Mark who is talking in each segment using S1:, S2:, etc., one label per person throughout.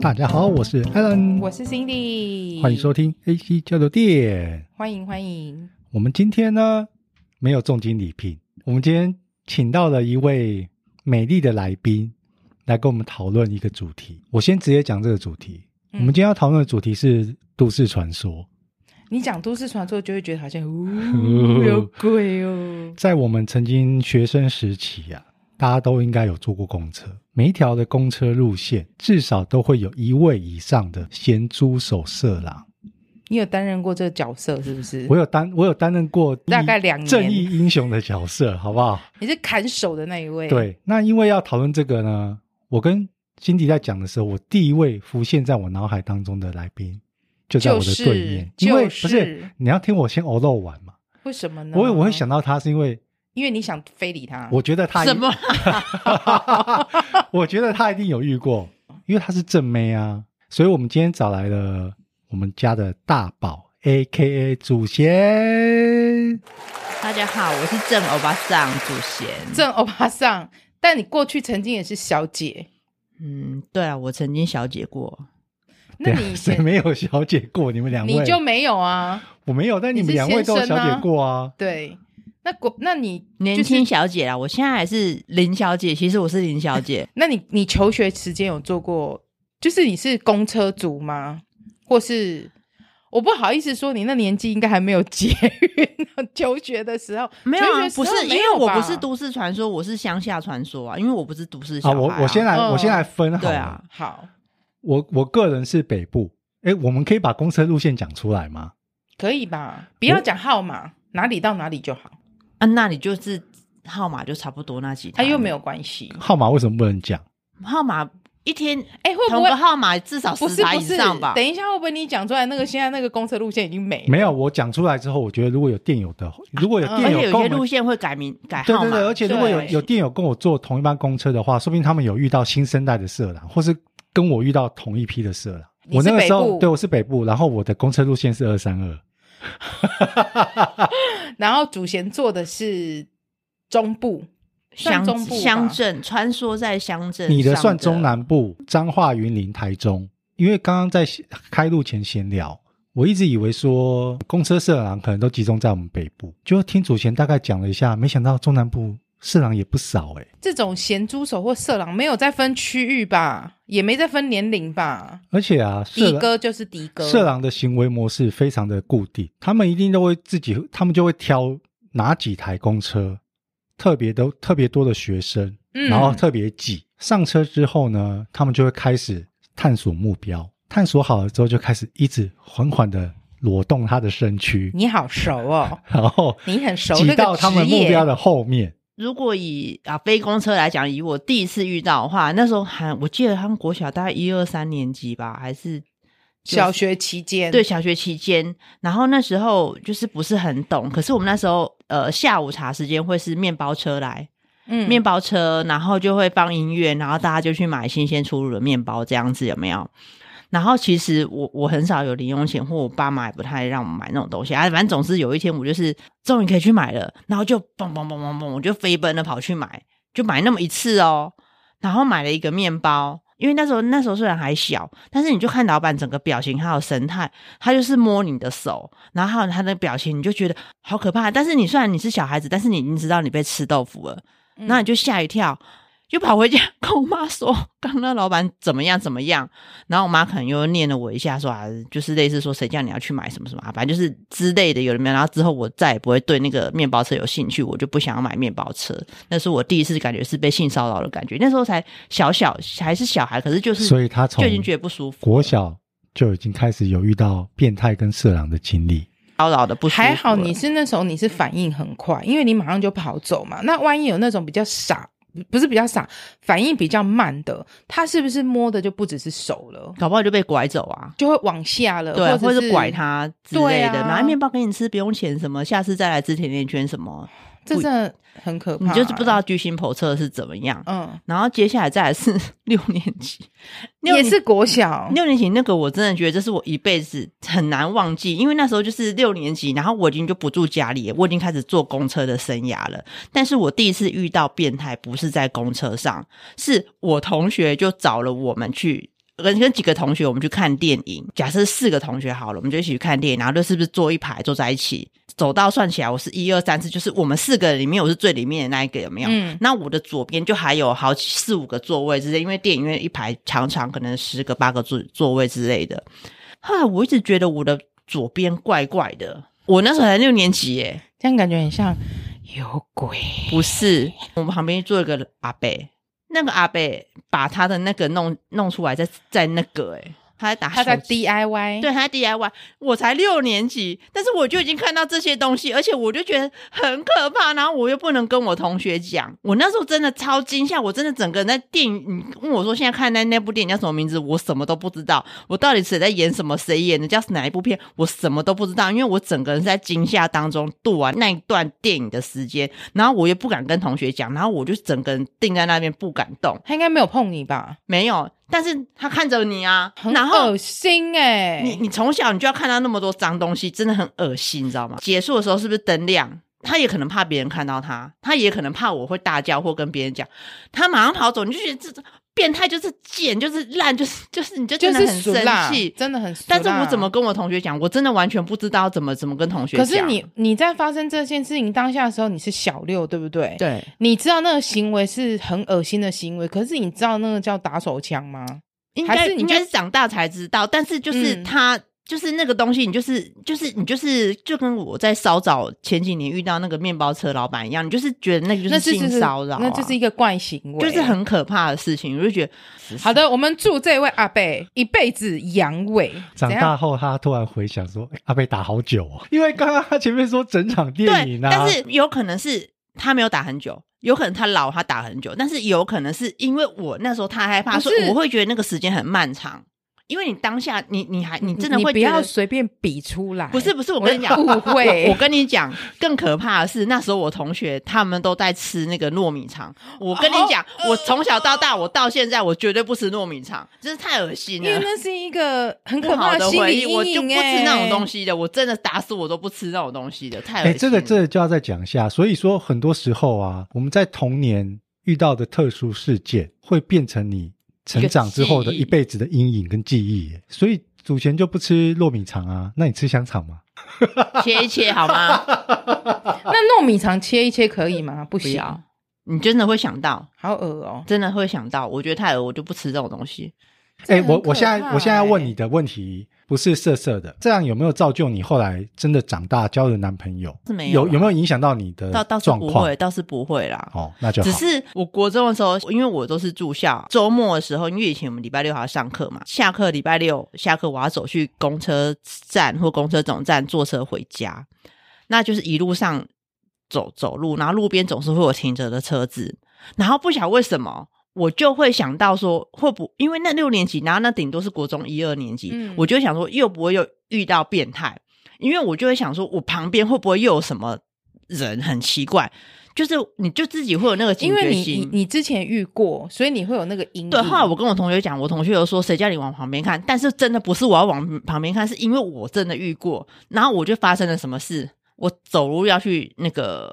S1: 大家好，我是 Alan，
S2: 我是 Cindy，
S1: 欢迎收听 AC 交流店。
S2: 欢迎欢迎，
S1: 我们今天呢没有重金礼聘，我们今天请到了一位美丽的来宾来跟我们讨论一个主题。我先直接讲这个主题，我
S2: 嗯
S1: 们今天要讨论的主题是都市传说。
S2: 你讲都市传说就会觉得好 像
S1: 哦
S2: 呜有鬼哦，
S1: 在我们曾经学生时期啊，大家都应该有坐过公车，每一条的公车路线至少都会有一位以上的咸猪手色狼。
S2: 你有担任过这个角色是不是
S1: 我？有担我有担任过
S2: 大概两年
S1: 正义英雄的角色，好不好？
S2: 你是砍手的那一位，，
S1: 对，那因为要讨论这个呢，我跟辛迪在讲的时候，我第一位浮现在我脑海当中的来宾就在我的
S2: 就是
S1: 对面，因为、
S2: 就是嗯
S1: 不是你要听我先欧漏完嘛，
S2: 为什么呢？
S1: 我我会想，到他是因为
S2: 因为你想非礼他，
S1: 我觉得他
S2: 嗯什么？
S1: 我觉得他一定有遇过，因为他是正妹啊，所以我们今天找来了我们家的大宝，A K A 祖先。
S3: 大家好，我是郑欧巴桑祖贤。
S2: 正欧巴桑，但你过去曾经也是小姐，
S3: 嗯，对啊，我曾经小姐过，
S2: 那
S1: 对
S2: 你
S1: 啊
S2: 以
S1: 谁
S2: 前
S1: 没有小姐过？你们两位
S2: 你就没有啊？
S1: 我没有，但你们两位都有小姐过啊。
S2: 对，那国那你
S3: 年
S2: 就是。
S3: 轻小姐啦。我现在还是林小姐，其实我是林小姐
S2: 那你你求学时间有做过，就是你是公车族吗？或是我不好意思说，你那年纪应该还没有结运。 求学的时候
S3: 没有、
S2: 求
S3: 啊
S2: 学，时
S3: 不
S2: 候
S3: 是，因
S2: 没有
S3: 为我不
S2: 吧
S3: 是都市传说，我是乡下传说啊。因为我不是都市小
S1: 好，
S3: 孩、啊。
S1: 我我先来，
S2: 嗯
S1: 我先来分好
S3: 对
S1: 了。
S3: 啊，
S2: 好，
S1: 我我个人是北部，哎，我们可以把公车路线讲出来吗？
S2: 可以吧？不要讲号码，哪里到哪里就好，
S3: 啊，那你就是号码就差不多那几台，
S2: 它又没有关系。
S1: 号码为什么不能讲？
S3: 号码一天，
S2: 哎，会不
S3: 同
S2: 会
S3: 个号码至少
S2: 不
S3: 十
S2: 是
S3: 台
S2: 不
S3: 以
S2: 是
S3: 上吧？？
S2: 等一下，会不会你讲出来那个现在那个公车路线已经没了？
S1: 没有，我讲出来之后，我觉得如果有电友的，如果有
S2: 嗯
S1: 电
S3: 啊而
S1: 友跟
S3: 且有
S1: 我
S3: 些
S1: 们
S3: 路线会改名改
S1: 对
S3: 号
S1: 对
S3: 码
S1: 对，，而且如果有
S2: 对
S1: 有电友跟我坐同一班公车的话，说不定他们有遇到新生代的色狼，或是跟我遇到同一批的色狼。
S2: 你是
S1: 我那个时
S2: 北
S1: 候，
S2: 部
S1: 对我是北部，然后我的公车路线是二三二，
S2: 然后祖贤做的是中部，算
S3: 乡
S2: 中部吧
S3: 乡镇穿梭在乡镇上，
S1: 你的算中南部，彰化、云林、台中。因为刚刚在开路前闲聊，我一直以为说公车色狼可能都集中在我们北部，就听主前大概讲了一下，没想到中南部色狼也不少欸诶、
S2: 这种咸猪手或色狼没有在分区域吧，也没在分年龄吧。
S1: 而且啊，色
S2: 的
S1: 狼。
S2: 哥就是的哥，
S1: 色狼的行为模式非常的固定，他们一定都会自己，他们就会挑哪几台公车，特别都特别多的学生，
S2: 嗯
S1: 然后特别挤。上车之后呢，他们就会开始探索目标，探索好了之后就开始一直缓缓的挪动他的身躯，，
S2: 你好熟哦
S1: 然后
S2: 你很熟
S1: 挤
S2: 这
S1: 到
S2: 个
S1: 他
S2: 职
S1: 们目
S2: 业
S1: 标。的后面。
S3: 如果以啊非公车来讲，以我第一次遇到的话，那时候还我记得他们国小大概一二三年级吧，还是
S2: 小学期间，
S3: 对，小学期间，然后那时候就是不是很懂，可是我们那时候呃下午茶时间会是面包车来，
S2: 嗯
S3: 面包车，然后就会放音乐，然后大家就去买新鲜出炉的面包，这样子有没有？然后其实我我很少有零用钱，或我爸妈也不太让我买那种东西啊。反正总之有一天我就是终于可以去买了，然后就嘣嘣嘣嘣嘣，我就飞奔的跑去买，就买那么一次哦。然后买了一个面包，因为那时候那时候虽然还小，但是你就看老板整个表情还有神态，他就是摸你的手，然后还有他的表情，你就觉得好可怕。但是你虽然你是小孩子，但是你已经知道你被吃豆腐了，
S2: 嗯
S3: 那你就吓一跳，就跑回家跟我妈说，刚刚那老板怎么样怎么样。然后我妈可能又念了我一下说，啊，就是类似说谁叫你要去买什么什么、啊，反正就是之类的有的没有。然后之后我再也不会对那个面包车有兴趣，我就不想要买面包车。那是我第一次感觉是被性骚扰的感觉，那时候才小小还是小孩，可是就是
S1: 所以他从
S3: 就已经觉得不舒服了，
S1: 国小就已经开始有遇到变态跟色狼的经历。
S3: 骚扰的不舒服了。
S2: 还好你是那时候你是反应很快，因为你马上就跑走嘛。那万一有那种比较傻，不是比较傻，反应比较慢的，他是不是摸的就不只是手了，
S3: 搞不好就被拐走啊。
S2: 就会往下了，
S3: 对，
S2: 呃
S3: 啊
S2: 或
S3: 或
S2: 者
S3: 者是拐，他之
S2: 对
S3: 类
S2: 啊
S3: 的，买面包给你吃不用钱，什么下次再来吃甜甜圈什么，
S2: 这真的很可怕、
S3: 你就是不知道，居心叵测是怎么样。
S2: 嗯，
S3: 然后接下来再来是 六年级，六
S2: 也
S3: 年
S2: 是国小，
S3: 六年级那个，我真的觉得这是我一辈子很难忘记，因为那时候就是六年级，然后我已经就不住家里了，我已经开始坐公车的生涯了。但是我第一次遇到变态，不是在公车上，是我同学就找了我们去。跟跟几个同学我们去看电影，假设四个同学好了，我们就一起去看电影，然后就是不是坐一排坐在一起，走到算起来我是一二三四，就是我们四个里面我是最里面的那一个，有没有？
S2: 嗯
S3: 那我的左边就还有好几四五个座位之类，因为电影院一排常常可能十个八个座座位之类的。后来我一直觉得我的左边怪怪的，我那时候才六年级耶，
S2: 这样感觉很像有鬼。
S3: 不是，我们旁边坐一个阿伯，那个阿伯把他的那个弄弄出来在，在那个哎、他在打
S2: 他在
S3: 手机
S2: DIY，
S3: 对，他在 DIY，我才六年级，但是我就已经看到这些东西，而且我就觉得很可怕，然后我又不能跟我同学讲，我那时候真的超惊吓，我真的整个人在电影，你问我说现在看那那部电影叫什么名字，我什么都不知道，我到底谁在演什么，谁演的叫哪一部片，我什么都不知道，因为我整个人是在惊吓当中度完那一段电影的时间，然后我又不敢跟同学讲，然后我就整个人定在那边不敢动，
S2: 他应该没有碰你吧？
S3: 没有，但是他看着你啊，
S2: 很
S3: 然后
S2: 恶心哎、
S3: 你你从小你就要看到那么多脏东西，真的很恶心，你知道吗？结束的时候是不是灯亮？他也可能怕别人看到他，他也可能怕我会大叫或跟别人讲，他马上跑走，你就觉得这这变态就是贱，就是烂，就是就是你就
S2: 就
S3: 真的
S2: 是
S3: 很
S2: 俗
S3: 生
S2: 辣
S3: 气。
S2: 真的很俗辣。
S3: 但是我怎么跟我同学讲？我真的完全不知道怎么怎么跟同学
S2: 可
S3: 讲。
S2: 是你你在发生这件事情当下的时候，你是小六，对不对？
S3: 对
S2: 你知道那个行为是很恶心的行为，可是你知道那个叫打手枪吗？
S3: 应
S2: 还
S3: 该
S2: 是你
S3: 应
S2: 就
S3: 该是长大才知道，但是就是
S2: 嗯
S3: 他、就是那个东西，你就是就是你就是就跟我在稍早前几年遇到那个面包车老板一样，你就是觉得那个就
S2: 那是
S3: 性骚扰啊、
S2: 那就是一个怪行为，
S3: 就是很可怕的事情，我就觉得
S2: 好的。我们祝这位阿贝一辈子阳痿，
S1: 长
S2: 怎
S1: 大
S2: 样？
S1: 后，他突然回想说：“哎阿贝打好久哦， 因为刚刚他前面说整场电
S3: 对
S1: 影，啊，
S3: 但是有可能是他没有打很久。有可能他老，他打很久，但是有可能是因为我那时候太害怕，
S2: 不是
S3: 所以我会觉得那个时间很漫长。因为你当下，你你还你真的
S2: 你
S3: 会
S2: 不
S3: 觉得
S2: 要随便比出来，
S3: 不是不是，我跟你讲，
S2: 误会
S3: 我我跟你讲，更可怕的是那时候我同学他们都在吃那个糯米肠。我跟你讲，
S2: 哦
S3: 我从小到大，我到现在我绝对不吃糯米肠，真是太恶心
S2: 因为
S3: 了。
S2: 那是一个很
S3: 不
S2: 可
S3: 好
S2: 怕
S3: 的
S2: 心
S3: 回
S2: 理
S3: 忆，我就
S2: 阴
S3: 不
S2: 影、欸
S3: 吃那种东
S2: 西。
S3: 西的，我真的打死我都不吃那种东西的，太恶
S1: 哎、
S3: 心了。
S1: 这个这个就要再讲一下。所以说，很多时候啊，我们在童年遇到的特殊事件，会变成你成长之后的
S3: 一个记忆
S1: 一辈子的阴影跟记忆耶。所以祖贤就不吃糯米肠啊，那你吃香肠吗？
S3: 切一切 好吗？
S2: 那糯米肠切一切可以吗？不
S3: 不
S2: 行，
S3: 要，你真的会想到，
S2: 好恶哦、
S3: 真的会想到。我觉得太恶，我就不吃这种东西。
S2: 这
S1: 哎、
S2: 很
S1: 我
S2: 可
S1: 我现在
S2: 怕欸
S1: 我现在要问
S2: 哎
S3: 欸
S1: 你的问题不是色色的，这样有没有造就你后来真的长大交了男朋友？
S3: 是没有
S1: 有
S3: 啦
S1: 有没有影响到你的
S3: 倒倒是
S1: 呃状
S3: 不
S1: 况
S3: 会，？倒是不会啦。
S1: 哦，那就好
S3: 只。是我国中的时候，因为我都是住校，周末的时候，因为以前我们礼拜六还要上课嘛，下课礼拜六下课我要走去公车站或公车总站坐车回家，那就是一路上走走路，然后路边总是会有停着的车子，然后不晓得为什么。我就会想到说，会不因为那六年级，然后那顶多是国中一二年级，
S2: 嗯
S3: 我就会想说，又不会又遇到变态，因为我就会想说，我旁边会不会又有什么人很奇怪？就是你就自己会有那个警
S2: 因为
S3: 觉
S2: 你你
S3: 心。
S2: 你之前遇过，所以你会有那个阴影。
S3: 对，后来我跟我同学讲，我同学有说谁叫你往旁边看，但是真的不是我要往旁边看，是因为我真的遇过，然后我就发生了什么事，我走路要去那个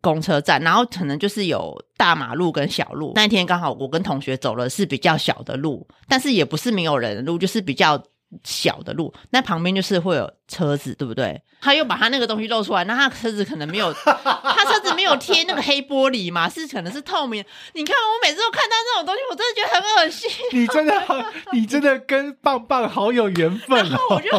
S3: 公车站，然后可能就是有大马路跟小路，那一天刚好我跟同学走了是比较小的路，但是也不是没有人的路，就是比较小的路，那旁边就是会有车子，对不对？他又把他那个东西露出来，那他车子可能没有，他车子没有贴那个黑玻璃嘛，是可能是透明。你看我每次都看到这种东西，我真的觉得很恶心，
S1: 你真的 好，你真的跟棒棒好有缘分哦。
S3: 我就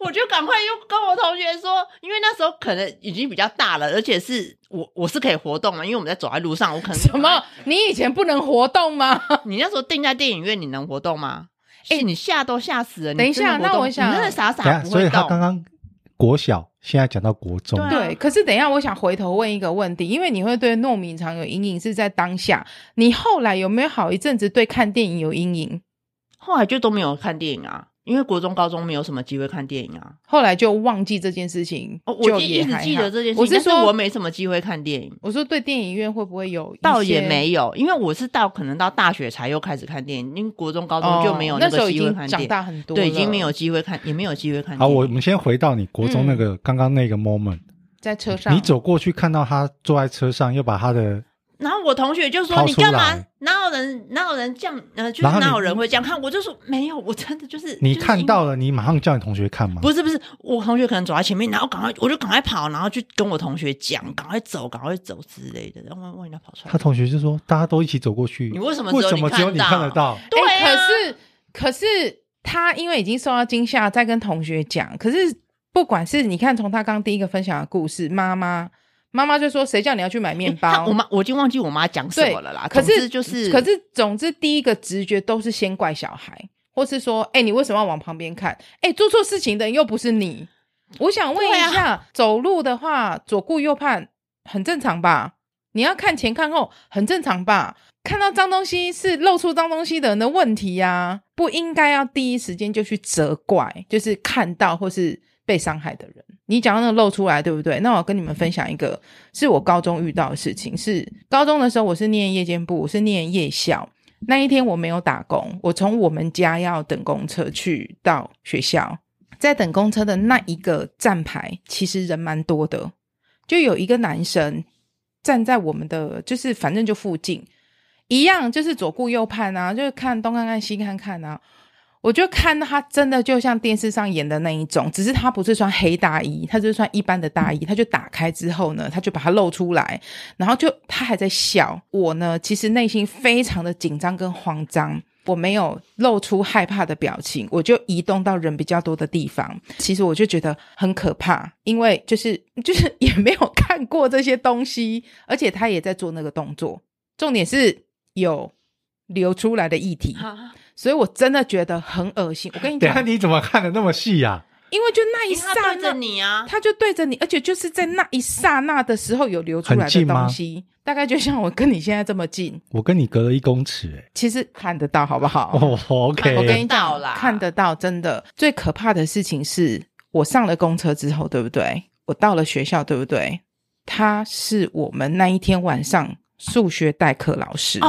S3: 我就赶快又跟我同学说，因为那时候可能已经比较大了，而且是我我是可以活动嘛，因为我们在走在路上，我可能啊
S2: 什么？你以前不能活动吗？
S3: 你那时候定在电影院，你能活动吗？哎、你吓都吓死了！你
S2: 等一下
S3: 真的活动
S2: 那我想
S3: 你真的傻
S1: 等一
S3: 傻
S1: 下，
S3: 不
S1: 所以
S3: 会
S1: 他刚
S3: 动。
S1: 刚国小，现在讲到国中，
S3: 对啊
S2: 对，可是等一下，我想回头问一个问题，因为你会对糯米肠有阴影是在当下，你后来有没有好一阵子对看电影有阴影？
S3: 后来就都没有看电影啊，因为国中、高中没有什么机会看电影啊。
S2: 后来就忘记这件事情，
S3: 哦，
S2: 就
S3: 我
S2: 也
S3: 一直
S2: 还
S3: 记
S2: 好
S3: 得这件事情，
S2: 我是
S3: 但
S2: 说，
S3: 我没什么机会看电影，
S2: 我说对电影院会不会有一些？
S3: 倒也没有，因为我是到可能到大学才又开始看电影，因为国中、高中就没有
S2: 哦那时
S3: 个
S2: 候已
S3: 机会
S2: 经
S3: 看电
S2: 长
S3: 影，
S2: 大很多了，
S3: 对，已经没有机会看，也没有机会看
S1: 好，啊
S3: 电
S1: 我我
S3: 影。
S1: 们先回到你国中那个、刚刚那个 moment，
S2: 在车上。
S1: 你走过去看到他坐在车上，又把他的
S3: 然后我同学就说
S1: 掏：“
S3: 你
S1: 出
S3: 干嘛
S1: 来？
S3: 哪有人哪有人这样？呃，就是
S1: 然后你
S3: 哪有人会这样看？”我就说：“没有，我真的就是
S1: 你
S3: 就是
S1: 看
S3: 因
S1: 到了，你马上叫你同学看吗？
S3: 不是不是，我同学可能走在前面，然后赶快我就赶快跑，然后去跟我同学讲，赶快走，赶快走之类的，然后万一他跑出来
S1: 他，同学就说，大家都一起走过去，
S3: 你为什么
S1: 为
S3: 只有
S1: 什
S3: 你
S1: 么只有
S3: 看
S1: 你看得
S3: 到
S1: 到？
S3: 对
S2: 欸
S3: 啊
S2: 可是可是他因为已经受到惊吓，在跟同学讲，可是不管是你看从他刚第一个分享的故事，妈妈妈妈就说谁叫你要去买面
S3: 他
S2: 包，
S3: 我妈我已经忘记我妈讲什
S2: 对
S3: 么了啦。
S2: 可
S3: 总之
S2: 是
S3: 就是，
S2: 可是总之第一个直觉都是先怪小孩，或是说哎、欸你为什么要往旁边看？哎、做错事情的人又不是你。我想问
S3: 对
S2: 一
S3: 啊
S2: 下，走路的话左顾右盼很正常吧？你要看前看后很正常吧？看到脏东西是露出脏东西的人的问题呀、不应该要第一时间就去责怪，就是看到或是被伤害的人。你讲到那个露出来，对不对？那我跟你们分享一个是我高中遇到的事情，是高中的时候我是念夜间部，我是念夜校。那一天我没有打工，我从我们家要等公车去到学校，在等公车的那一个站牌，其实人蛮多的，就有一个男生站在我们的，就是反正就附近，一样就是左顾右盼啊，就是看东看看西看看啊。我就看到他真的就像电视上演的那一种，只是他不是穿黑大衣，他就是穿一般的大衣。他就打开之后呢，他就把它露出来，然后就他还在笑。我呢，其实内心非常的紧张跟慌张，我没有露出害怕的表情，我就移动到人比较多的地方。其实我就觉得很可怕，因为就是就是也没有看过这些东西，而且他也在做那个动作，重点是有流出来的液体。
S3: 啊
S2: 所以我真的觉得很恶心。我跟你
S1: 等一啊
S2: 讲
S1: 下，你怎么看的那么细啊呀、
S2: 因为就那一
S3: 因为他
S2: 刹
S3: 对着
S2: 那，
S3: 你啊，
S2: 他就对着你，而且就是在那一刹那的时候有流出来
S1: 很
S2: 的
S1: 近吗
S2: 东西，大概就像我跟你现在这么近，
S1: 我跟你隔了一公尺、欸，
S2: 其实看得到，好不好？
S1: 哦，OK，
S2: 我跟你讲
S3: 看得到啦
S2: 看得到，真的。最可怕的事情是我上了公车之后，对不对？我到了学校，对不对？他是我们那一天晚上数学代课老师，
S3: 哦，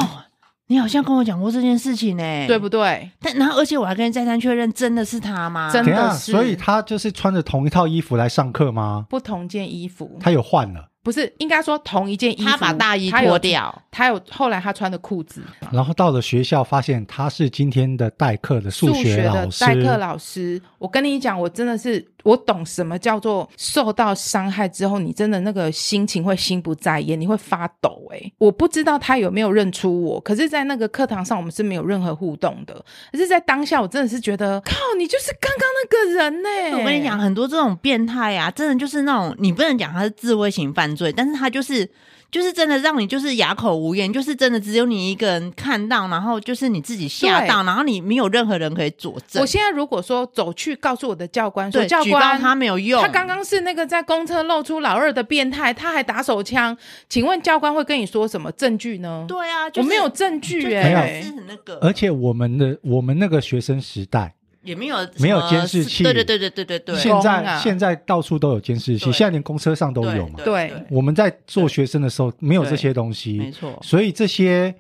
S3: 你好像跟我讲过这件事情呢、
S2: 对不对？
S3: 但然后而且我还跟你再三确认，真的是他吗？
S2: 真
S1: 等一下，
S2: 的是
S1: 所以他就是穿着同一套衣服来上课吗？
S2: 不同件衣服，
S1: 他有换了，
S2: 不是应该说同一件衣服，
S3: 他把大衣
S2: 他有
S3: 脱掉，
S2: 他有后来他穿的裤子，
S1: 然后到了学校发现他是今天的代课的数学
S2: 的
S1: 老师，
S2: 代课老师。我跟你讲，我真的是我懂什么叫做受到伤害之后，你真的那个心情会心不在焉，你会发抖、欸。我不知道他有没有认出我，可是，在那个课堂上我们是没有任何互动的。可是，在当下，我真的是觉得，靠，你就是刚刚那个人呢、
S3: 我跟你讲，，很多这种变态啊，真的就是那种你不能讲他是自卫型犯罪，但是他就是就是真的让你就是哑口无言，就是真的只有你一个人看到，然后就是你自己吓到，然后你没有任何人可以佐证
S2: 我，现在如果说走去告诉我的教官说，
S3: 对，
S2: 教
S3: 举报
S2: 官
S3: 他没有用，
S2: 他刚刚是那个在公车露出老二的变态，他还打手枪，请问教官会跟你说什么证据呢？
S3: 对啊，就是、
S2: 我没有证据
S3: 就
S2: 哎、
S3: 真的
S1: 没
S3: 是很那个，
S1: 而且我们的我们那个学生时代，
S3: 也没有什么
S1: 没有监视器
S3: 对对对对对对对，
S1: 现在、
S2: 公啊
S1: 现在到处都有监视器，
S3: 对
S1: 现在连公车上都
S3: 对
S1: 有嘛。
S2: 对
S1: 我们在做学生的时候没有这些东
S3: 没
S1: 西，
S3: 错，
S1: 所以这些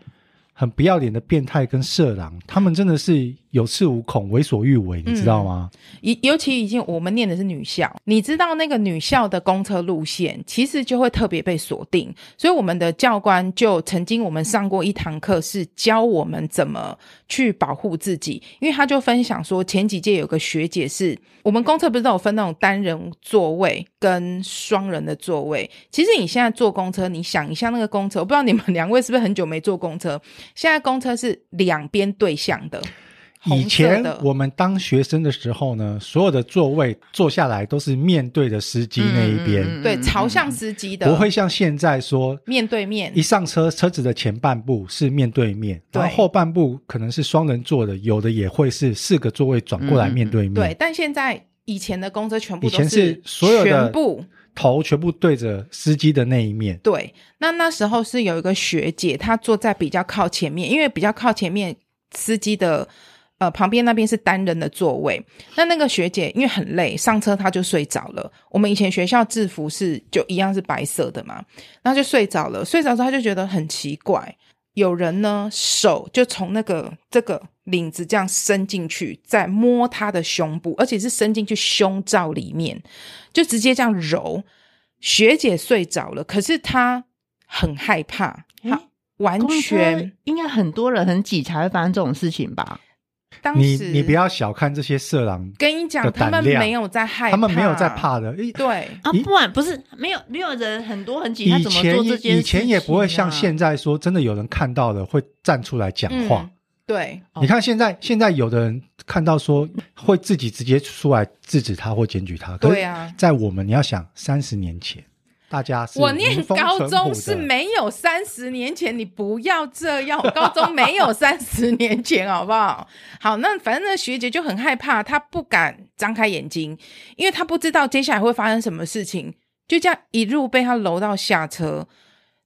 S1: 很不要脸的变态跟色狼，他们真的是有恃无恐、为所欲为，你知道吗？
S2: 尤尤其已经我们念的是女校，你知道那个女校的公车路线，其实就会特别被锁定，所以我们的教官就曾经我们上过一堂课，是教我们怎么去保护自己，因为他就分享说，前几届有个学姐是我们公车不是都有分那种单人座位跟双人的座位，其实你现在坐公车，你想一下那个公车，我不知道你们 两位是不是很久没坐公车，现在公车是两边对向的。
S1: 以
S2: 红色
S1: 前
S2: 的
S1: 我们当学生的时候呢，所有的座位坐下来都是面对着司机那一边，
S3: 嗯嗯嗯
S2: 对，朝向司机的，
S1: 不会像现在说
S2: 面对面
S1: 一。上车，车子的前半部是面对面，
S2: 对
S1: 然后后半部可能是双人座的，有的也会是四个座位转过来
S3: 嗯
S1: 面对面。
S2: 对，，但现在以前的公车全部
S1: 以
S2: 都
S1: 前是所有的
S2: 全部
S1: 头全部对着司机的那一面。
S2: 对。那那时候是有一个学姐，她坐在比较靠前面，因为比较靠前面司机的。呃，旁边那边是单人的座位，那那个学姐因为很累，上车她就睡着了。我们以前学校制服是就一样是白色的嘛，然后就睡着了。睡着之后她就觉得很奇怪，有人呢手就从那个这个领子这样伸进去，在摸她的胸部，而且是伸进去胸罩里面，就直接这样揉。学姐睡着了，可是她很害怕，她
S3: 诶
S2: 完
S3: 嗯公车
S2: 全
S3: 应该很多人很挤才会发生这种事情吧？
S2: 当
S1: 你
S2: 时
S1: 你不要小看这些色狼，
S2: 跟你讲，
S1: 的
S2: 他
S1: 胆
S2: 们
S1: 量
S2: 没有在害怕，
S1: 他们没有在，怕的。诶
S2: 对，
S3: 啊，
S1: 以
S3: 不然不是没有没有人很多很挤，他
S1: 以
S3: 怎么做
S1: 前
S3: 这
S1: 也
S3: 件事情啊、啊
S1: 以前也不会像现在说，真的有人看到了会站出来讲话。
S2: 嗯，对，
S3: 哦
S1: 你看现在，现在有的人看到说会自己直接出来制止他或检举他。可是
S2: 对啊
S1: 在我们你要想三十年前，大家是
S2: 我念
S1: 民风
S2: 高
S1: 淳朴
S2: 中
S1: 的
S2: 是没有三十年前，你不要这样。我高中没有三十年前，好不好？好，那反正那学姐就很害怕，她不敢张开眼睛，因为她不知道接下来会发生什么事情。就这样一路被她揉到下车，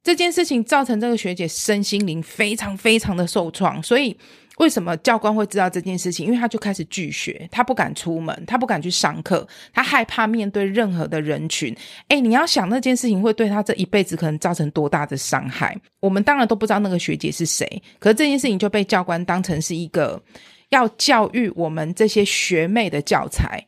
S2: 这件事情造成这个学姐身心灵非常非常的受创，所以。为什么教官会知道这件事情？因为她就开始拒学，她不敢出门，她不敢去上课，她害怕面对任何的人群，哎、你要想那件事情会对他这一辈子可能造成多大的伤害？我们当然都不知道那个学姐是谁，可是这件事情就被教官当成是一个要教育我们这些学妹的教材。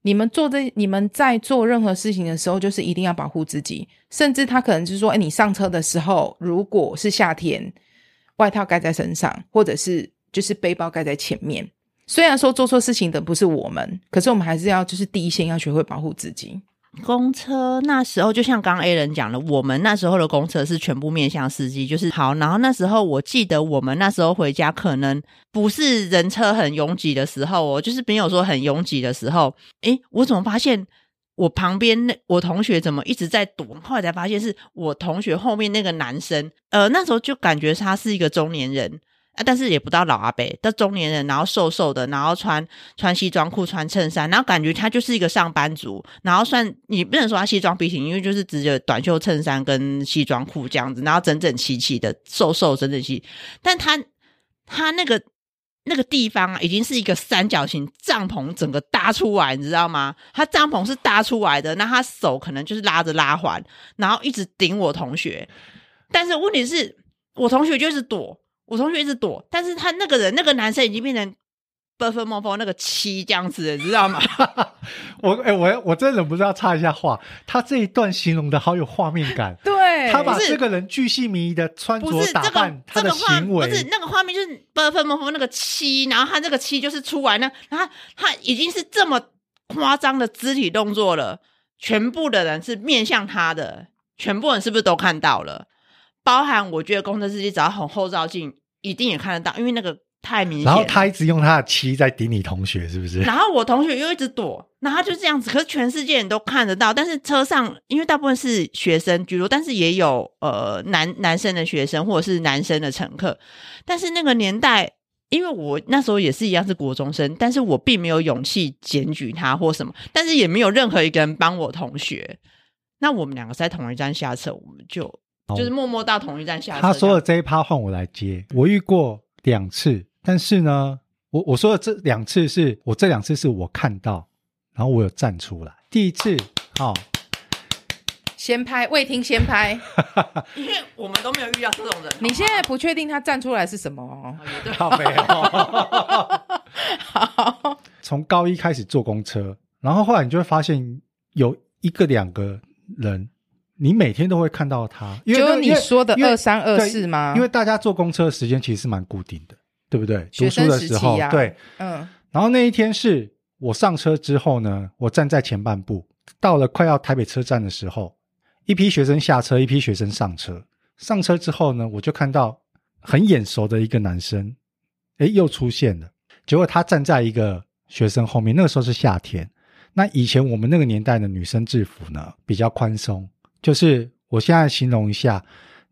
S2: 你们做这，你们在做任何事情的时候，就是一定要保护自己。甚至他可能就是说，哎、你上车的时候，如果是夏天，外套盖在身上，或者是就是背包盖在前面。虽然说做错事情的不是我们，可是我们还是要就是第一线要学会保护自己。。
S3: 公车那时候，就像刚刚 A 人讲的，我们那时候的公车是全部面向司机，就是好。然后那时候我记得我们那时候回家，可能不是人车很拥挤的时候哦，就是没有说很拥挤的时候。诶，我怎么发现我旁边那我同学怎么一直在躲？后来才发现是我同学后面那个男生，呃，那时候就感觉他是一个中年人。啊，但是也不到老阿伯，但中年人，然后瘦瘦的，然后穿穿西装裤、穿衬衫，然后感觉他就是一个上班族，然后算你不能说他西装笔挺，因为就是只有短袖衬衫跟西装裤这样子，然后整整齐齐的，瘦瘦整整齐，但他他那个那个地方啊，已经是一个三角形帐篷，整个搭出来，你知道吗？他帐篷是搭出来的，那他手可能就是拉着拉环，然后一直顶我同学，但是问题是我同学就是躲，我同学一直躲，但是他那个人那个男生已经变成。b 分 f 梦 e 那个七这样子，你知道吗？
S1: 我哎、我我真的忍不住要插一下话，他这一段形容的好有画面感
S2: 对，
S1: 他把
S3: 不是
S1: 这个人巨细靡遗的穿
S3: 不
S1: 着
S3: 是
S1: 打
S3: 这个
S1: 扮，他
S3: 这
S1: 的
S3: 个画
S1: 行
S3: 不
S1: 为，
S3: 是那个画面，就是 b 分 f 梦 e 那个七，然后他那个七就是出来呢，然后他他已经是这么夸张的肢体动作了，全部的人是面向他的，全部人是不是都看到了？包含我觉得公车司机只要很后照镜，一定也看得到，因为那个太明显了。
S1: 然后他一直用他的漆在顶你同学，是不是？
S3: 然后我同学又一直躲，然后他就这样子，可是全世界人都看得到。但是车上，因为大部分是学生居多，但是也有呃男男生的学生或者是男生的乘客。但是那个年代，因为我那时候也是一样是国中生，但是我并没有勇气检举他或什么，但是也没有任何一个人帮我同学。那我们两个在同一站下车，我们就就是默默到同一站下车这样。
S1: 哦他说的这一趴换我来接，我遇过两次，但是呢，我我说的这两次是我这两次是我看到，然后我有站出来。第一次，哦，
S2: 先拍，未听先拍。
S3: 因为我们都没有遇到这种人。
S2: 你现在不确定他站出来是什么哦。
S3: 好吗也对，
S1: 靠没有。
S2: 好，
S1: 从高一开始坐公车，然后后来你就会发现有一个两个人，你每天都会看到他，因为
S2: 就
S1: 那
S2: 是
S1: 个
S2: 你说的
S1: 因为
S2: 二三二
S1: 对
S2: 四吗？
S1: 因为大家坐公车的时间其实是蛮固定的，对不对？
S2: 学
S1: 读
S2: 生
S1: 书的
S2: 时
S1: 时
S2: 期
S1: 候，
S2: 啊
S1: 对，
S2: 嗯，
S1: 然后那一天是我上车之后呢，我站在前半部，到了快要台北车站的时候，一批学生下车，一批学生上车。上车之后呢，我就看到很眼熟的一个男生，诶，又出现了。结果他站在一个学生后面，那个时候是夏天。那以前我们那个年代的女生制服呢，比较宽松，就是我现在形容一下，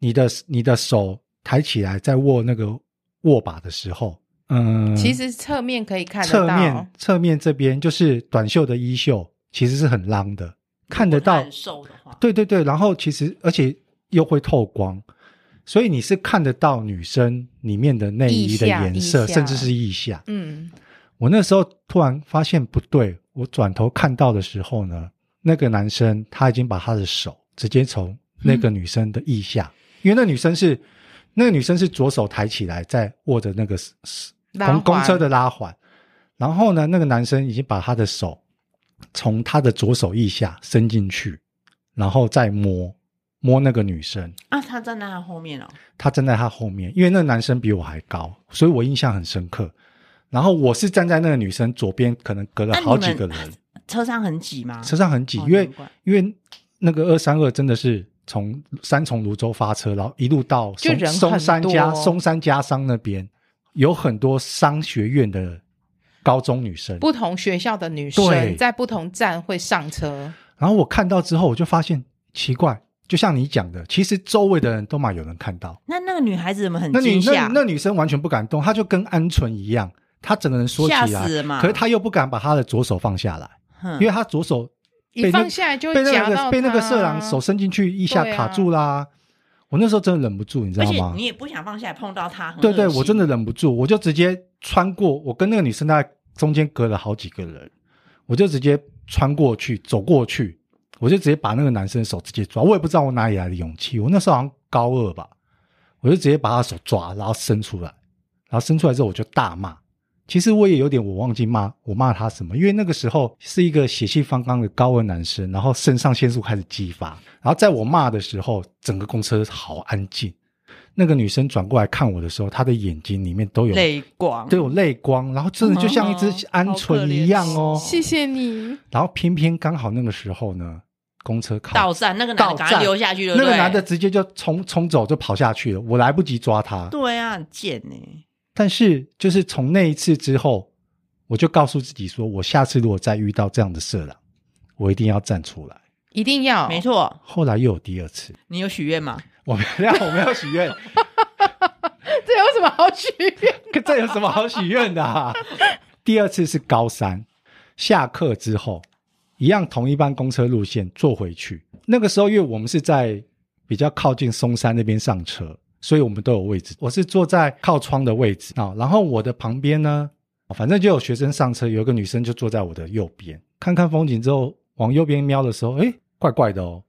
S1: 你的你的手抬起来在握那个握把的时候，嗯，
S2: 其实侧面可以看
S1: 侧
S2: 得到
S1: 面。侧面这边就是短袖的衣袖，其实是很浪的，看得
S3: 如果他
S1: 到
S3: 很。瘦的话，
S1: 对对对，然后其实而且又会透光，所以你是看得到女生里面的内衣的
S2: 腋下
S1: 颜色，
S2: 腋下
S1: 甚至是腋下。
S2: 嗯，
S1: 我那时候突然发现不对，我转头看到的时候呢，那个男生他已经把他的手直接从那个女生的腋下，
S2: 嗯
S1: 因为那女生是那个女生是左手抬起来在握着那个 s- s-
S2: 拉
S1: 公公
S2: 环
S1: 车的拉环，然后呢，那个男生已经把他的手从他的左手腋下伸进去，然后再摸摸那个女生，
S3: 啊，他站在他后面哦，
S1: 他站在他后面，因为那男生比我还高，所以我印象很深刻。然后我是站在那个女生左边，可能隔了
S3: 那
S1: 好
S3: 你
S1: 几
S3: 们
S1: 个人，
S3: 车上很挤吗？
S1: 车上很挤，
S3: 哦
S1: 因为
S3: 难怪
S1: 因为那个二三二真的是从三重泸州发车，然后一路到
S2: 就
S1: 松
S2: 人很
S1: 松山家
S2: 多
S1: 松山家商那边，有很多商学院的高中女生。
S2: 不同学校的女
S1: 对
S2: 生在不同站会上车，
S1: 然后我看到之后，我就发现奇怪，就像你讲的，其实周围的人都嘛有人看到，
S3: 那那个女孩子怎么很
S1: 那女
S3: 惊
S1: 那
S3: 吓？
S1: 那女生完全不敢动，她就跟鹌鹑一样，她整个人缩起
S3: 吓
S1: 来，
S3: 死了嘛！嗯
S1: 可是她又不敢把她的左手放下来，
S3: 哼
S1: 因为她左手被
S2: 一
S1: 那
S2: 放下来就
S1: 被那
S2: 会夹
S1: 个
S2: 到
S1: 被那个
S2: 她
S3: 啊
S1: 色狼手伸进去一下
S2: 对啊
S1: 卡住啦。我那时候真的忍不住，你知
S3: 而
S1: 道
S3: 且
S1: 吗
S3: 你？也不想放下来碰到他，很
S1: 对对，
S3: 恶心
S1: 我真的忍不住，我就直接穿过，我跟那个女生大概中间隔了好几个人，我就直接穿过去，走过去，我就直接把那个男生的手直接抓，我也不知道我哪里来的勇气，我那时候好像高二吧，我就直接把他手抓，然后伸出来，然后伸出来之后我就大骂。其实我也有点，我忘记骂我骂他什么，因为那个时候是一个血气方刚的高二男生，然后肾上腺素开始激发，然后在我骂的时候，整个公车好安静。那个女生转过来看我的时候，她的眼睛里面都有
S3: 泪光，
S1: 都有泪光，然后真的就像一只鹌鹑一样哦。
S2: 谢谢你，
S1: 然后偏偏刚好那个时候呢，公车靠
S3: 到站那个男
S1: 到
S3: 的赶快
S1: 站
S3: 溜下去，对不
S1: 那个
S3: 对
S1: 男的，直接就冲冲走就跑下去了，我来不及抓他。
S3: 对啊，很贱呢。
S1: 但是就是从那一次之后，我就告诉自己说，我下次如果再遇到这样的色狼，我一定要站出来。
S2: 一定要
S3: 没错，
S1: 后来又有第二次，
S3: 你有许愿吗？
S1: 我没有，我没有许愿，
S2: 这有什么好许愿？
S1: 可这有什么好许愿的、啊？第二次是高三下课之后，一样同一班公车路线坐回去。那个时候，因为我们是在比较靠近松山那边上车，所以我们都有位置。我是坐在靠窗的位置啊、然后我的旁边呢，反正就有学生上车，有一个女生就坐在我的右边，看看风景之后往右边瞄的时候，诶，怪怪的哦，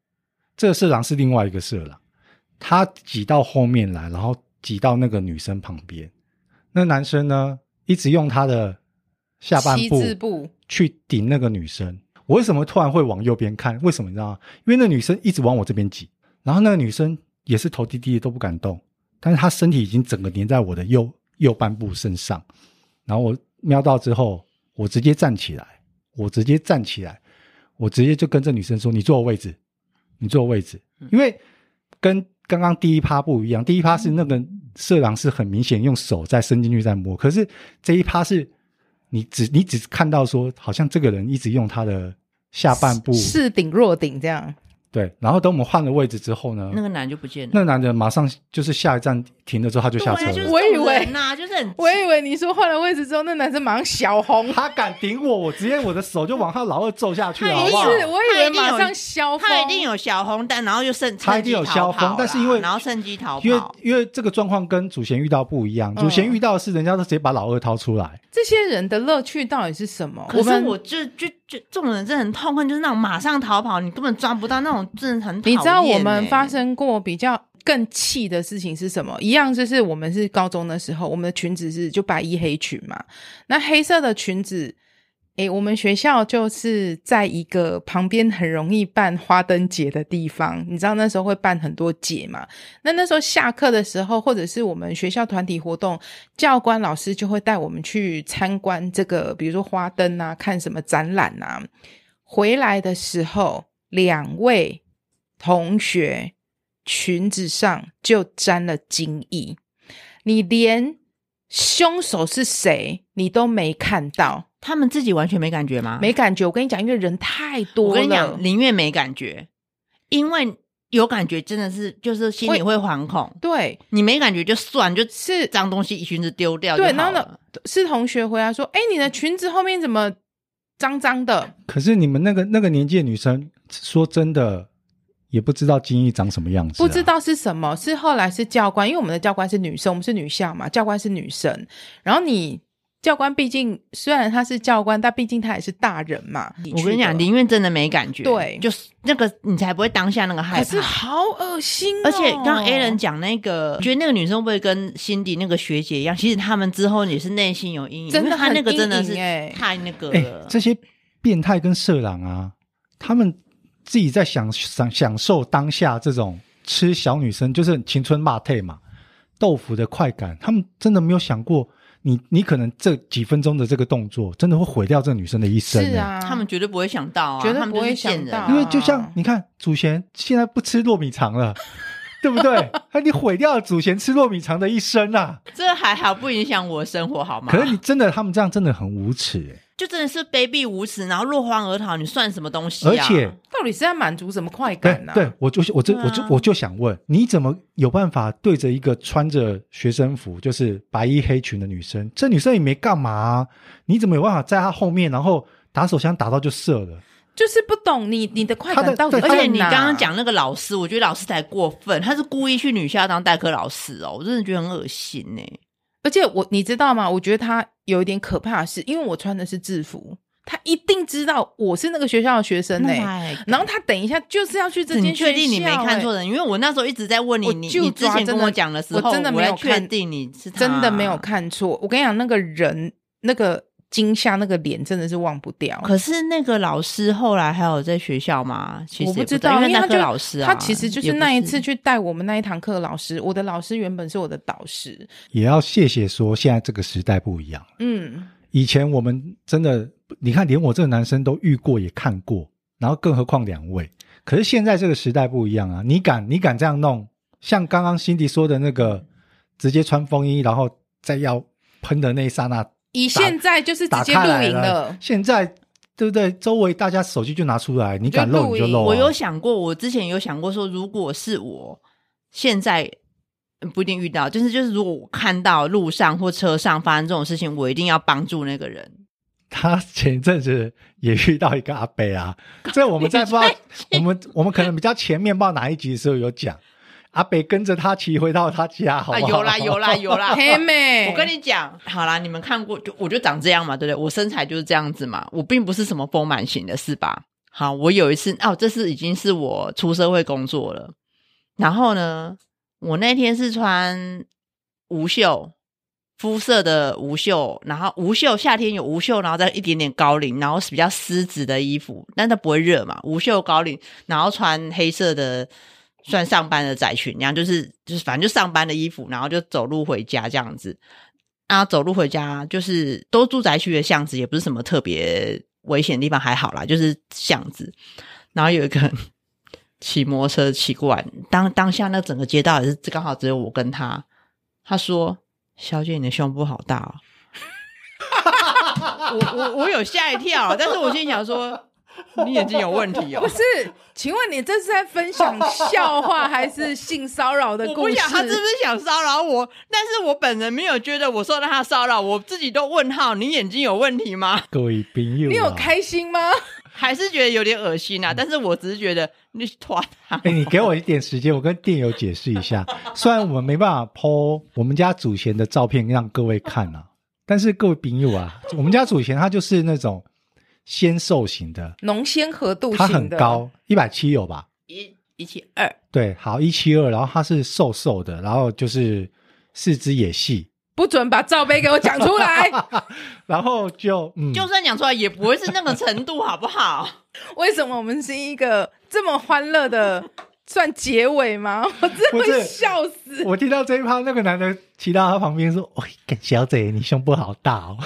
S1: 这个色狼是另外一个色狼，他挤到后面来，然后挤到那个女生旁边。那男生呢，一直用他的下半
S2: 七
S1: 部
S2: 字步
S1: 去顶那个女生。我为什么突然会往右边看？为什么你知道吗？因为那女生一直往我这边挤，然后那个女生也是头低低的都不敢动，但是她身体已经整个粘在我的右右半部身上。然后我瞄到之后，我直接站起来，我直接站起来，我直接就跟这女生说：“你坐我位置，你坐我位置。”
S3: 嗯
S1: 因为跟刚刚第一趴不一样，第一趴是那个色狼是很明显用手在伸进去在摸，可是这一趴是你只你只看到说，好像这个人一直用他的下半部
S2: 是顶若顶这样，
S1: 对，然后等我们换了位置之后呢，
S3: 那个男就不见了。
S1: 那男的马上就是下一站停了之后他就下车
S3: 对啊
S1: 了，
S3: 就是
S2: 我以为
S3: 这种人呐，就是很
S2: 我以为你说换了位置之后，那男生马上小红，
S1: 他敢顶我，我直接我的手就往他老二揍下去了，
S3: 他
S1: 好
S3: 一
S1: 不
S3: 定
S1: 好？
S2: 是我以
S3: 他一
S2: 为
S3: 定有
S2: 马上消风，
S3: 他一定有小红灯，然后就趁
S1: 他一定有消风
S3: 趁机逃跑啦
S1: 但是因为
S3: 然后趁机逃
S1: 因为
S3: 跑，
S1: 因为这个状况跟祖贤遇到不一样，
S2: 嗯
S1: 祖贤遇到的是人家都直接把老二掏出来，
S2: 这些人的乐趣到底是什么？
S3: 可是
S2: 们
S3: 我就就就这种人真的很痛恨，就是那种马上逃跑，你根本抓不到那种，真的很讨
S2: 你
S3: 厌欸、
S2: 知道我们发生过比较更气的事情是什么？一样就是我们是高中的时候，我们的裙子是就白衣黑裙嘛，那黑色的裙子。诶，我们学校就是在一个旁边很容易办花灯节的地方，你知道那时候会办很多节嘛？那那时候下课的时候，或者是我们学校团体活动，教官老师就会带我们去参观这个，比如说花灯啊，看什么展览啊。回来的时候，两位同学裙子上就沾了精液，你连凶手是谁你都没看到，
S3: 他们自己完全没感觉吗？
S2: 没感觉。我跟你讲，因为人太多了，
S3: 啊我跟你讲，宁愿没感觉，因为有感觉真的是就是心里会惶恐。
S2: 对，
S3: 你没感觉就算，就吃
S2: 是
S3: 脏东西一裙子丢掉就
S2: 对，然
S3: 好
S2: 后
S3: 了
S2: 呢。，是同学回来说：“哎，你的裙子后面怎么脏脏的？”
S1: 可是你们那个那个年纪的女生，说真的也不知道精液长什么样子、啊
S2: 不知。道是啊什么，是后来是教官，因为我们的教官是女生，我们是女校嘛，教官是女生。然后你教官毕竟虽然他是教官，但毕竟他也是大人嘛。
S3: 我跟你讲，宁愿真的没感觉，
S2: 对
S3: 就是那个你才不会当下那个害
S2: 可
S3: 怕
S2: 是。哦好恶心、哦，
S3: 而且刚刚 A 人讲那个，觉得那个女生会不会跟辛迪那个学姐一样？其实他们之后也是内心有阴影，
S2: 真的
S3: 因为她
S2: 很
S3: 那个真的
S2: 阴
S3: 是
S2: 影欸
S3: 太那个
S1: 哎、
S3: 了。
S1: 这些变态跟色狼啊，他们自己在享享享受当下这种吃小女生，就是青春骂退嘛，豆腐的快感，他们真的没有想过，你你可能这几分钟的这个动作，真的会毁掉这女生的一生、欸
S2: 是，啊，
S3: 他们绝对不会想到啊，
S2: 绝对
S3: 他们
S2: 不会
S3: 就是贱人
S2: 想到
S1: 因为就像你看，祖贤现在不吃糯米肠了。对不对？那你毁掉了祖贤吃糯米肠的一生啊！
S3: 这还好，不影响我生活好吗？
S1: 可是你真的，他们这样真的很无耻、欸
S3: 就真的是卑鄙无耻，然后落荒而逃，你算什么东西、啊？
S1: 而且，
S2: 到底是在满足什么快
S1: 对
S2: 感呢、
S1: 对，我就我这
S3: 对啊
S1: 我就我就想问，你怎么有办法对着一个穿着学生服，就是白衣黑裙的女生，这女生也没干嘛、啊，你怎么有办法在她后面，然后打手枪打到就射了？
S2: 就是不懂你你的快
S1: 他
S2: 感
S1: 的
S2: 到底
S1: 对
S3: 而
S2: 在
S1: 他
S3: 且
S1: 的
S3: 你
S2: 哪
S3: 刚刚讲那个老师，我觉得老师才过分，他是故意去女校当代课老师哦，我真的觉得很恶心欸呢、
S2: 而且我你知道吗？我觉得他有一点可怕的是，因为我穿的是制服，他一定知道我是那个学校的学生呢、欸
S3: 哎
S2: 然后他等一下就是要去这
S3: 你
S2: 间学校、
S3: 确
S2: 欸，
S3: 定你没看错人？因为我那时候一直在问你，
S2: 我
S3: 你
S2: 就
S3: 你之
S2: 抓
S3: 前
S2: 真
S3: 跟
S2: 的
S3: 我讲的时候，
S2: 我真的没有
S3: 来确
S2: 看
S3: 定你是他
S2: 真的没有。看错。我跟你讲，那个人那个惊吓那个脸真的是忘不掉。
S3: 可是那个老师后来还有在学校吗？其
S2: 我
S3: 实也
S2: 不
S3: 不
S2: 知道，
S3: 因
S2: 因为
S3: 那
S2: 他
S3: 个
S2: 就
S3: 老师啊，
S2: 他其实就
S3: 也
S2: 是
S3: 不
S2: 那一次去带我们那一堂课的老师。我的老师原本是我的导师，
S1: 也要谢谢说，现在这个时代不一样了，
S2: 嗯，
S1: 以前我们真的，你看连我这个男生都遇过也看过，然后更何况两位。可是现在这个时代不一样啊，你敢你敢这样弄？像刚刚辛迪说的那个，直接穿风衣，然后再要喷的那一刹那，
S2: 以现在就是直
S1: 打
S2: 接
S1: 开
S2: 录
S1: 来
S2: 影
S1: 了。现在对不对？周围大家手机就拿出来，你敢
S2: 就录
S1: 露你就
S2: 影！
S1: 露、啊。
S3: 我有想过，我之前有想过说，如果是我现在嗯不一定遇到，就是就是，如果我看到路上或车上发生这种事情，我一定要帮助那个人。
S1: 他前一阵子也遇到一个阿伯 啊，这我们在不知道，我们我们可能比较前面不知道哪一集的时候有讲，阿北跟着他骑回到他家，好
S3: 啊，
S1: 不好？
S3: 有啦有啦有啦
S2: 黑妹，
S3: 我跟你讲，好啦，你们看过就我就长这样嘛，对不对？我身材就是这样子嘛，我并不是什么丰满型的，是吧？好，我有一次哦，这是已经是我出社会工作了，然后呢，我那天是穿无袖肤色的无袖，然后无袖夏天有无袖，然后再一点点高领，然后是比较丝质的衣服，但它不会热嘛，无袖高领，然后穿黑色的。算上班的窄裙，然后就是就是反正就上班的衣服，然后就走路回家这样子。啊，走路回家就是都住宅区的巷子，也不是什么特别危险的地方，还好啦，就是巷子。然后有一个人骑摩托车骑过来，当当下那整个街道也是刚好只有我跟他。他说：“小姐，你的胸部好大 哦。”我我我有吓一跳，但是我心里想说，你眼睛有问题哦
S2: 不。是，请问你这是在分享笑话还是性骚扰的
S3: 我
S2: 故
S3: 不
S2: 事？
S3: 想他是不是想骚扰我，但是我本人没有觉得我受到他的骚扰，我自己都问号，你眼睛有问题吗？
S1: 各位朋友、啊，
S2: 你有？开心吗？
S3: 还是觉得有点恶心啊？但是我只是觉得你拖他，
S1: 哎、你给我一点时间，我跟店友解释一 下。虽然我们没办法 PO 我们家祖贤的照片让各位看啊，但是各位朋友啊，我们家祖贤他就是那种纤瘦型的，
S2: 浓鲜和度
S1: 他
S2: 型
S1: 很
S2: 的，
S1: 高，一百七有吧？
S3: 一一起二，
S1: 对，好一七二，然后他是瘦瘦的，然后就是四肢也细，
S2: 不准把罩杯给我讲出来。
S1: 然后就嗯，
S3: 就算讲出来也不会是那个程度，好不好？
S2: 为什么我们是一个这么欢乐 的算结尾吗？我真
S1: 不
S2: 会
S1: 是
S2: 笑死。
S1: 我听到这一趴，那个男的骑到他旁边说：“喂、干小姐，你胸部好大 哦。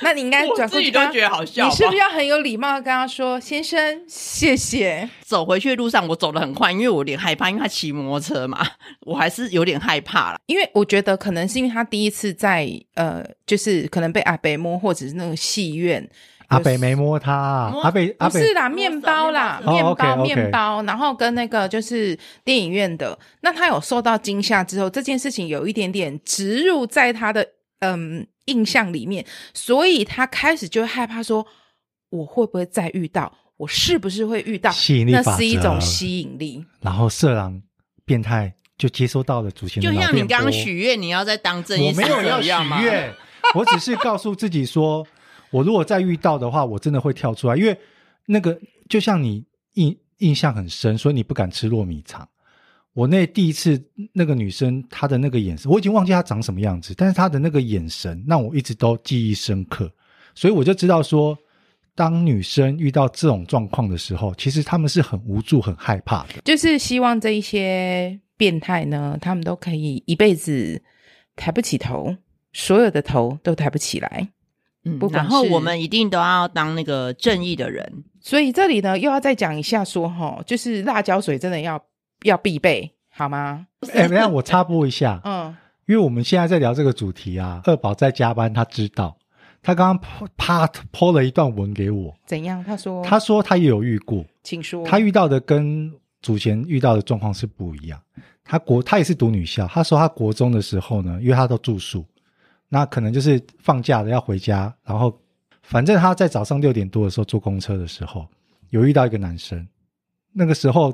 S2: 那你应该
S3: 我
S2: 转过
S3: 自
S2: 去
S3: 己
S2: 跟
S3: 都
S2: 他，
S3: 觉得好笑吧。啊
S2: 你是不是要很有礼貌的跟他说：“先生，谢谢。
S3: 走回去的路上我走得很快，因为我有点害怕，因为他骑摩托车嘛，我还是有点害怕啦。”
S2: 因为我觉得可能是因为他第一次在呃，就是可能被阿北摸，或者是那种戏院，”
S1: 阿北没摸他啊，
S3: 摸
S1: 阿北阿
S2: 不是
S1: 北
S2: 啦，
S3: 摸
S2: 面包
S3: 手面包
S2: 啦，
S3: 是
S1: 吗
S2: 面
S1: 哦
S2: 包
S1: ，OK，OK
S2: 面包，然后跟那个就是电影院的，那他有受到惊吓之后，这件事情有一点点植入在他的嗯印象里面，所以他开始就害怕说，我会不会再遇到？我是不是会遇到？
S1: 吸引力
S2: 那
S1: 法则
S2: 是一种吸引力。
S1: 然后色狼变态就接收到了祖先的
S3: 就
S1: 脑
S3: 像你
S1: 电波
S3: 刚刚许愿，你要在当正
S1: 我
S3: 义
S1: 没
S3: 使
S1: 有
S3: 者
S1: 要
S3: 一样吗
S1: 许？愿，我只是告诉自己说，我如果再遇到的话，我真的会跳出来，因为那个就像你印印象很深，所以你不敢吃糯米肠。我那第一次那个女生她的那个眼神，我已经忘记她长什么样子，但是她的那个眼神让我一直都记忆深刻，所以我就知道说，当女生遇到这种状况的时候，其实她们是很无助、很害怕的。
S2: 就是希望这一些变态呢，他们都可以一辈子抬不起头，所有的头都抬不起来。
S3: 嗯
S2: 不，管
S3: 然后
S2: 是
S3: 我们一定都要当那个正义的人，
S2: 所以这里呢，又要再讲一下说哈，就是辣椒水真的要要必备，好吗？
S1: 哎、等一下我插播一下，
S2: 嗯，
S1: 因为我们现在在聊这个主题啊，二宝在加班，他知道，他刚刚啪啪抛了一段文给我，
S2: 怎样？他说，
S1: 他说他也有遇过，
S2: 请说，
S1: 他遇到的跟祖贤遇到的状况是不一样。他国他也是读女校，他说他国中的时候呢，因为他都住宿，那可能就是放假了要回家，然后反正他在早上六点多的时候坐公车的时候，有遇到一个男生，那个时候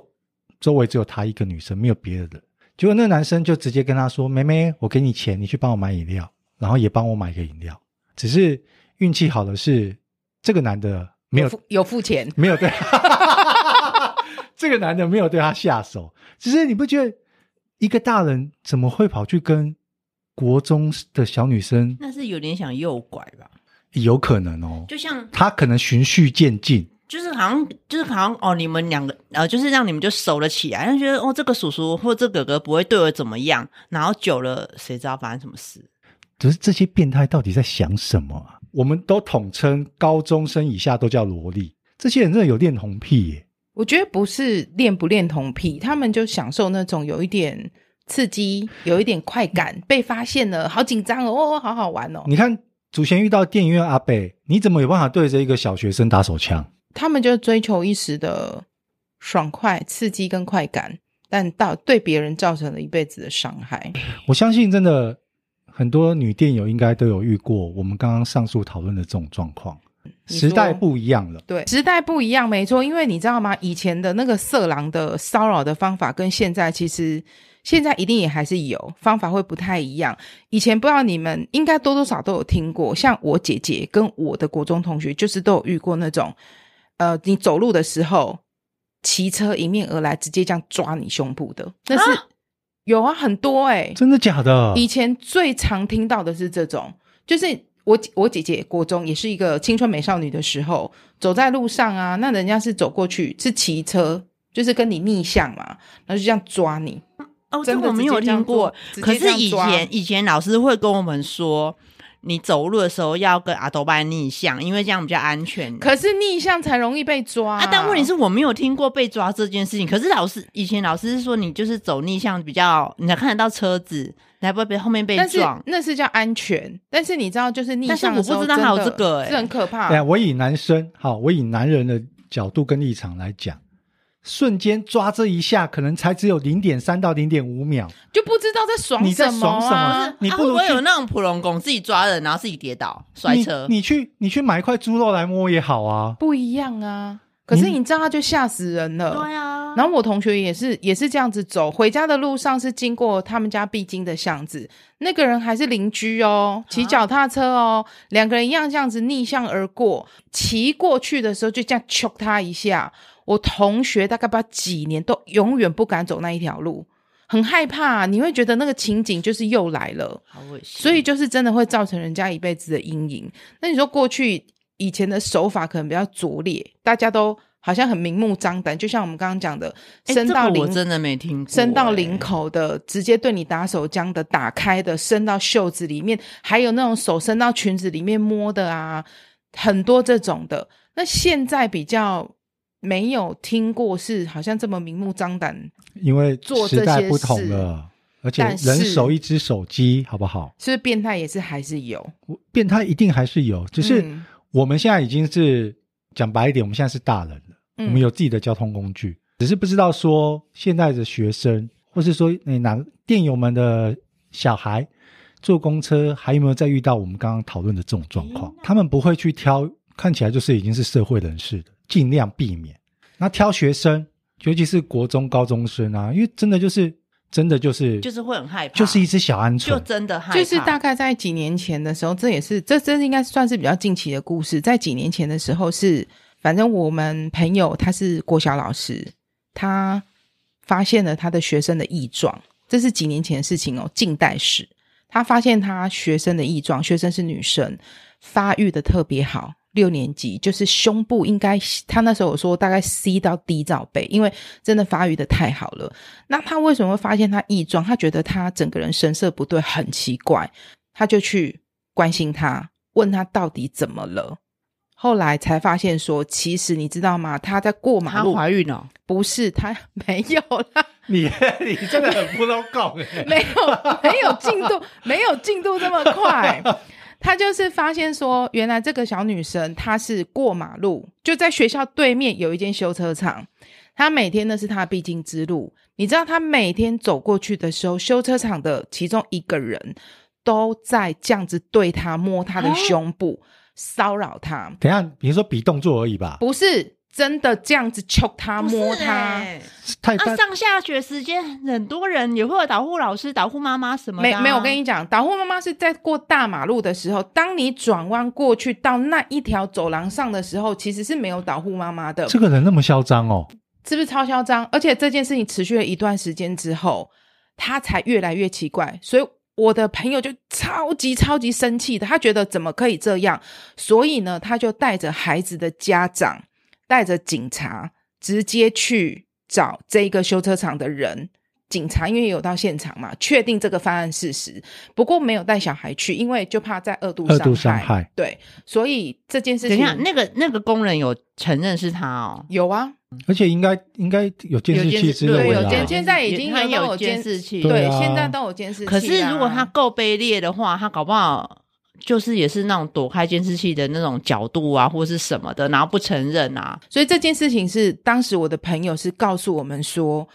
S1: 周围只有他一个女生，没有别的人。结果那个男生就直接跟他说：“妹妹，我给你钱，你去帮我买饮料，然后也帮我买个饮料。”只是运气好的是，这个男的没有
S2: 付有付钱，
S1: 没有对， 这个男的没有对他下手，只是你不觉得一个大人怎么会跑去跟国中的小女生？
S3: 那是有点想诱拐吧？
S1: 有可能哦，
S3: 嗯就像
S1: 他可能循序渐进，
S3: 就是好像就是好像哦，你们两个呃，就是让你们就熟了起来，就觉得哦，这个叔叔或这个哥哥不会对我怎么样，然后久了谁知道发生什么事？
S1: 可是这些变态到底在想什么啊？我们都统称高中生以下都叫萝莉，这些人真的有恋童癖耶！
S2: 我觉得不是恋不恋童癖，他们就享受那种有一点刺激、有一点快感，被发现了，好紧张哦，哦，好好玩哦。
S1: 嗯你看祖先遇到电影院阿北，你怎么有办法对着一个小学生打手枪？
S2: 他们就追求一时的爽快、刺激跟快感，但到对别人造成了一辈子的伤害。
S1: 我相信真的很多女店友应该都有遇过我们刚刚上述讨论的这种状况。
S2: 你
S1: 时代
S2: 说
S1: 不一样了，
S2: 对，时代不一样，没错。因为你知道吗？以前的那个色狼的骚扰的方法，跟现在其实现在一定也还是有方法会不太一样。以前不知道你们应该多多少都有听过，像我姐姐跟我的国中同学，就是都有遇过那种，呃，你走路的时候，骑车迎面而来，直接这样抓你胸部的，那是、有啊，很多哎、
S1: 真的假的？
S2: 以前最常听到的是这种，就是我姐我姐姐国中也是一个青春美少女的时候，走在路上啊，那人家是走过去是骑车，就是跟你逆向嘛，然后就这样抓你。
S3: 哦，这
S2: 真的
S3: 个我没有听过，
S2: 直
S3: 可
S2: 接这
S3: 是
S2: 样
S3: 以
S2: 做直接这样抓
S3: 前以前老师会跟我们说，你走路的时候要跟阿多拜逆向，因为这样比较安全。
S2: 可是逆向才容易被抓
S3: 啊，但问题是我没有听过被抓这件事情。可是老师以前老师是说，你就是走逆向比较，你才看得到车子，你才不会被后面被
S2: 但是
S3: 撞。
S2: 那是叫安全，但是你知道就是逆
S3: 但是
S2: 向的
S3: 我
S2: 时候
S3: 不知道
S2: 真
S3: 还有
S2: 的
S3: 这个欸
S2: 是很可怕
S1: 哎。呀，我以男生好，我以男人的角度跟立场来讲，瞬间抓这一下，可能才只有零点三到零点五秒，
S2: 就不知道在爽
S1: 你在
S2: 什么
S1: 爽什
S2: 啊
S1: 么？你
S3: 啊
S1: 不如
S3: 会
S1: 去
S3: 有那种普龙拱自己抓人，然后自己跌倒摔车。
S1: 你你去你去买一块猪肉来摸也好啊。
S2: 不一样啊！可是
S1: 你
S2: 你知道，他就吓死人了。
S3: 对啊，
S2: 然后我同学也是也是这样子走，回家的路上是经过他们家必经的巷子，那个人还是邻居哦，骑脚踏车哦，两个人一样这样子逆向而过，骑过去的时候就这样戳他一下。我同学大概不知道几年都永远不敢走那一条路，很害怕，啊你会觉得那个情景就是又来了。
S3: 好恶心。
S2: 所以就是真的会造成人家一辈子的阴影。那你说过去以前的手法可能比较拙劣，大家都好像很明目张胆，就像我们刚刚讲的，
S3: 哎
S2: 伸到
S3: 这个
S2: 领、
S3: 我真的没听过，
S2: 伸到
S3: 哎
S2: 领口的，直接对你打手枪的，打开的，伸到袖子里面，还有那种手伸到裙子里面摸的啊，很多这种的。那现在比较没有听过是好像这么明目张胆，
S1: 因为
S2: 做这
S1: 时代
S2: 些
S1: 不同
S2: 事
S1: 了，而且
S2: 但
S1: 人
S2: 是
S1: 手一只手机，好不好？
S2: 是不是变态也是还是有，
S1: 我变态一定还是有，只是
S2: 嗯
S1: 我们现在已经是讲白一点，我们现在是大人了，
S2: 嗯
S1: 我们有自己的交通工具，只是不知道说现在的学生，或是说那哪电友们的小孩坐公车，还有没有再遇到我们刚刚讨论的这种状况？他们不会去挑看起来就是已经是社会人士的，尽量避免。那挑学生，尤其是国中高中生啊，因为真的就是真的就是
S3: 就是会很害怕，
S1: 就是一只小鹌
S3: 就
S1: 鹑，
S3: 真的害怕，
S2: 就是大概在几年前的时候，这也是这这应该算是比较近期的故事。在几年前的时候是，反正我们朋友他是国小老师，他发现了他的学生的异状，这是几年前的事情哦，近代史。他发现他学生的异状，学生是女生，发育的特别好，六年级，就是胸部应该他那时候有说大概 C 到 D 罩杯，因为真的发育的太好了。那他为什么会发现他异状？他觉得他整个人神色不对，很奇怪，他就去关心他，问他到底怎么了。后来才发现说，其实你知道吗？他在过马
S3: 她
S2: 路，
S3: 怀孕了，
S2: 不是他 没有啦，
S1: 你 你真的很不能 搞哎。
S2: 没有没有进度，没有进度这么快。他就是发现说，原来这个小女生她是过马路，就在学校对面有一间修车厂。她每天那是她必经之路。你知道，她每天走过去的时候，修车厂的其中一个人都在这样子对她摸她的胸部，骚扰她。
S1: 等一下，你说比动作而已吧？
S2: 不是真的这样子求他摸他，哎
S1: 太大
S3: 啊，上下学时间很多人也会有导护老师、导护妈妈什么的、
S2: 没
S3: 啊。
S2: 没有，我跟你讲，导护妈妈是在过大马路的时候，当你转弯过去到那一条走廊上的时候，其实是没有导护妈妈的，
S1: 这个人那么嚣张哦，
S2: 是不是超嚣张？而且这件事情持续了一段时间之后，他才越来越奇怪，所以。我的朋友就超级超级生气的，他觉得怎么可以这样，所以呢，他就带着孩子的家长，带着警察，直接去找这一个修车厂的人。警察因为有到现场嘛，确定这个犯案事实，不过没有带小孩去，因为就怕再二度
S1: 二度伤害
S2: 对，所以这件事
S3: 等一
S2: 情
S3: 下，那个那个工人有承认是他哦，
S2: 有啊，
S1: 而且应该应该有监视器之类
S2: 对
S1: 的
S2: 有监
S1: 啦
S2: 视。现在已经
S3: 他
S2: 有都
S3: 有
S2: 有监
S3: 监视器。
S1: 对
S2: 对，
S1: 啊
S2: 现在都有监视器啊、
S3: 可是如果他够卑劣的话，他搞不好就是也是那种躲开监视器的那种角度啊，或是什么的，然后不承认啊。
S2: 所以这件事情是当时我的朋友是告诉我们说，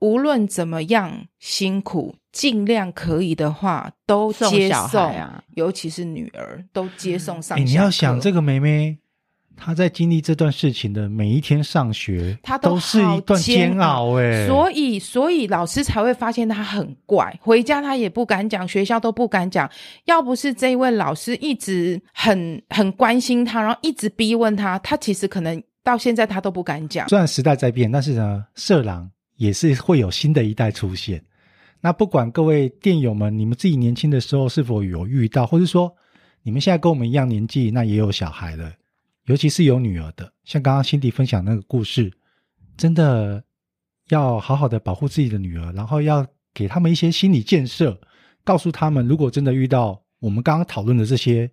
S2: 无论怎么样辛苦，尽量可以的话都
S3: 送
S2: 接
S3: 小
S2: 送，
S3: 孩啊嗯
S2: 尤其是女儿都接送上
S1: 哎，你
S2: 下
S1: 要
S2: 课
S1: 想这个妹妹，她在经历这段事情的每一天上学，
S2: 她都
S1: 都是一段
S2: 好煎
S1: 煎熬哎。
S2: 所以，所以老师才会发现他很怪，回家他也不敢讲，学校都不敢讲。要不是这一位老师一直很很关心他，然后一直逼问他，他其实可能到现在他都不敢讲。
S1: 虽然时代在变，但是呢，色狼也是会有新的一代出现。那不管各位电友们，你们自己年轻的时候是否有遇到，或是说你们现在跟我们一样年纪，那也有小孩了，尤其是有女儿的，像刚刚辛迪分享那个故事，真的要好好的保护自己的女儿，然后要给他们一些心理建设，告诉他们，如果真的遇到我们刚刚讨论的这些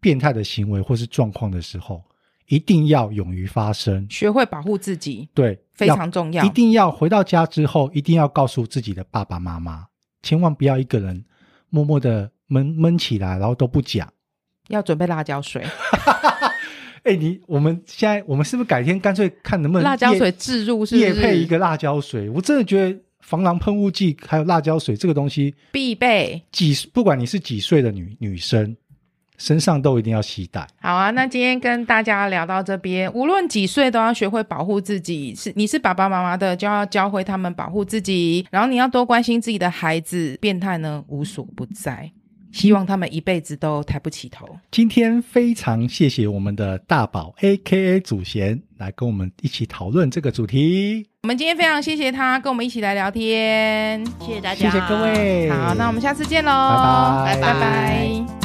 S1: 变态的行为或是状况的时候，一定要勇于发声，
S2: 学会保护自己
S1: 对，
S2: 非常重要
S1: 一定要回到家之后，一定要告诉自己的爸爸妈妈，千万不要一个人默默的闷闷起来，然后都不讲。
S2: 要准备辣椒水，
S1: 哎，你我们现在我们是不是改天干脆看能不能
S2: 辣椒
S1: 业
S2: 水置入是不
S1: 业配
S2: 是
S1: 一个辣椒水？我真的觉得防狼喷雾剂还有辣椒水这个东西，
S2: 必备。
S1: 几不管你是几岁的女女生，身上都一定要携带。
S2: 好啊，那今天跟大家聊到这边，无论几岁都要学会保护自己。是你是爸爸妈妈的，就要教会他们保护自己，然后你要多关心自己的孩子。变态呢无所不在，希望他们一辈子都抬不起头。
S1: 今天非常谢谢我们的大宝 A K A 祖贤来跟我们一起讨论这个主题，
S2: 我们今天非常谢谢他跟我们一起来聊天。
S3: 谢谢大
S1: 谢
S3: 家，
S1: 谢各位。
S2: 好，那我们下次见喽，
S1: 拜拜
S2: 拜拜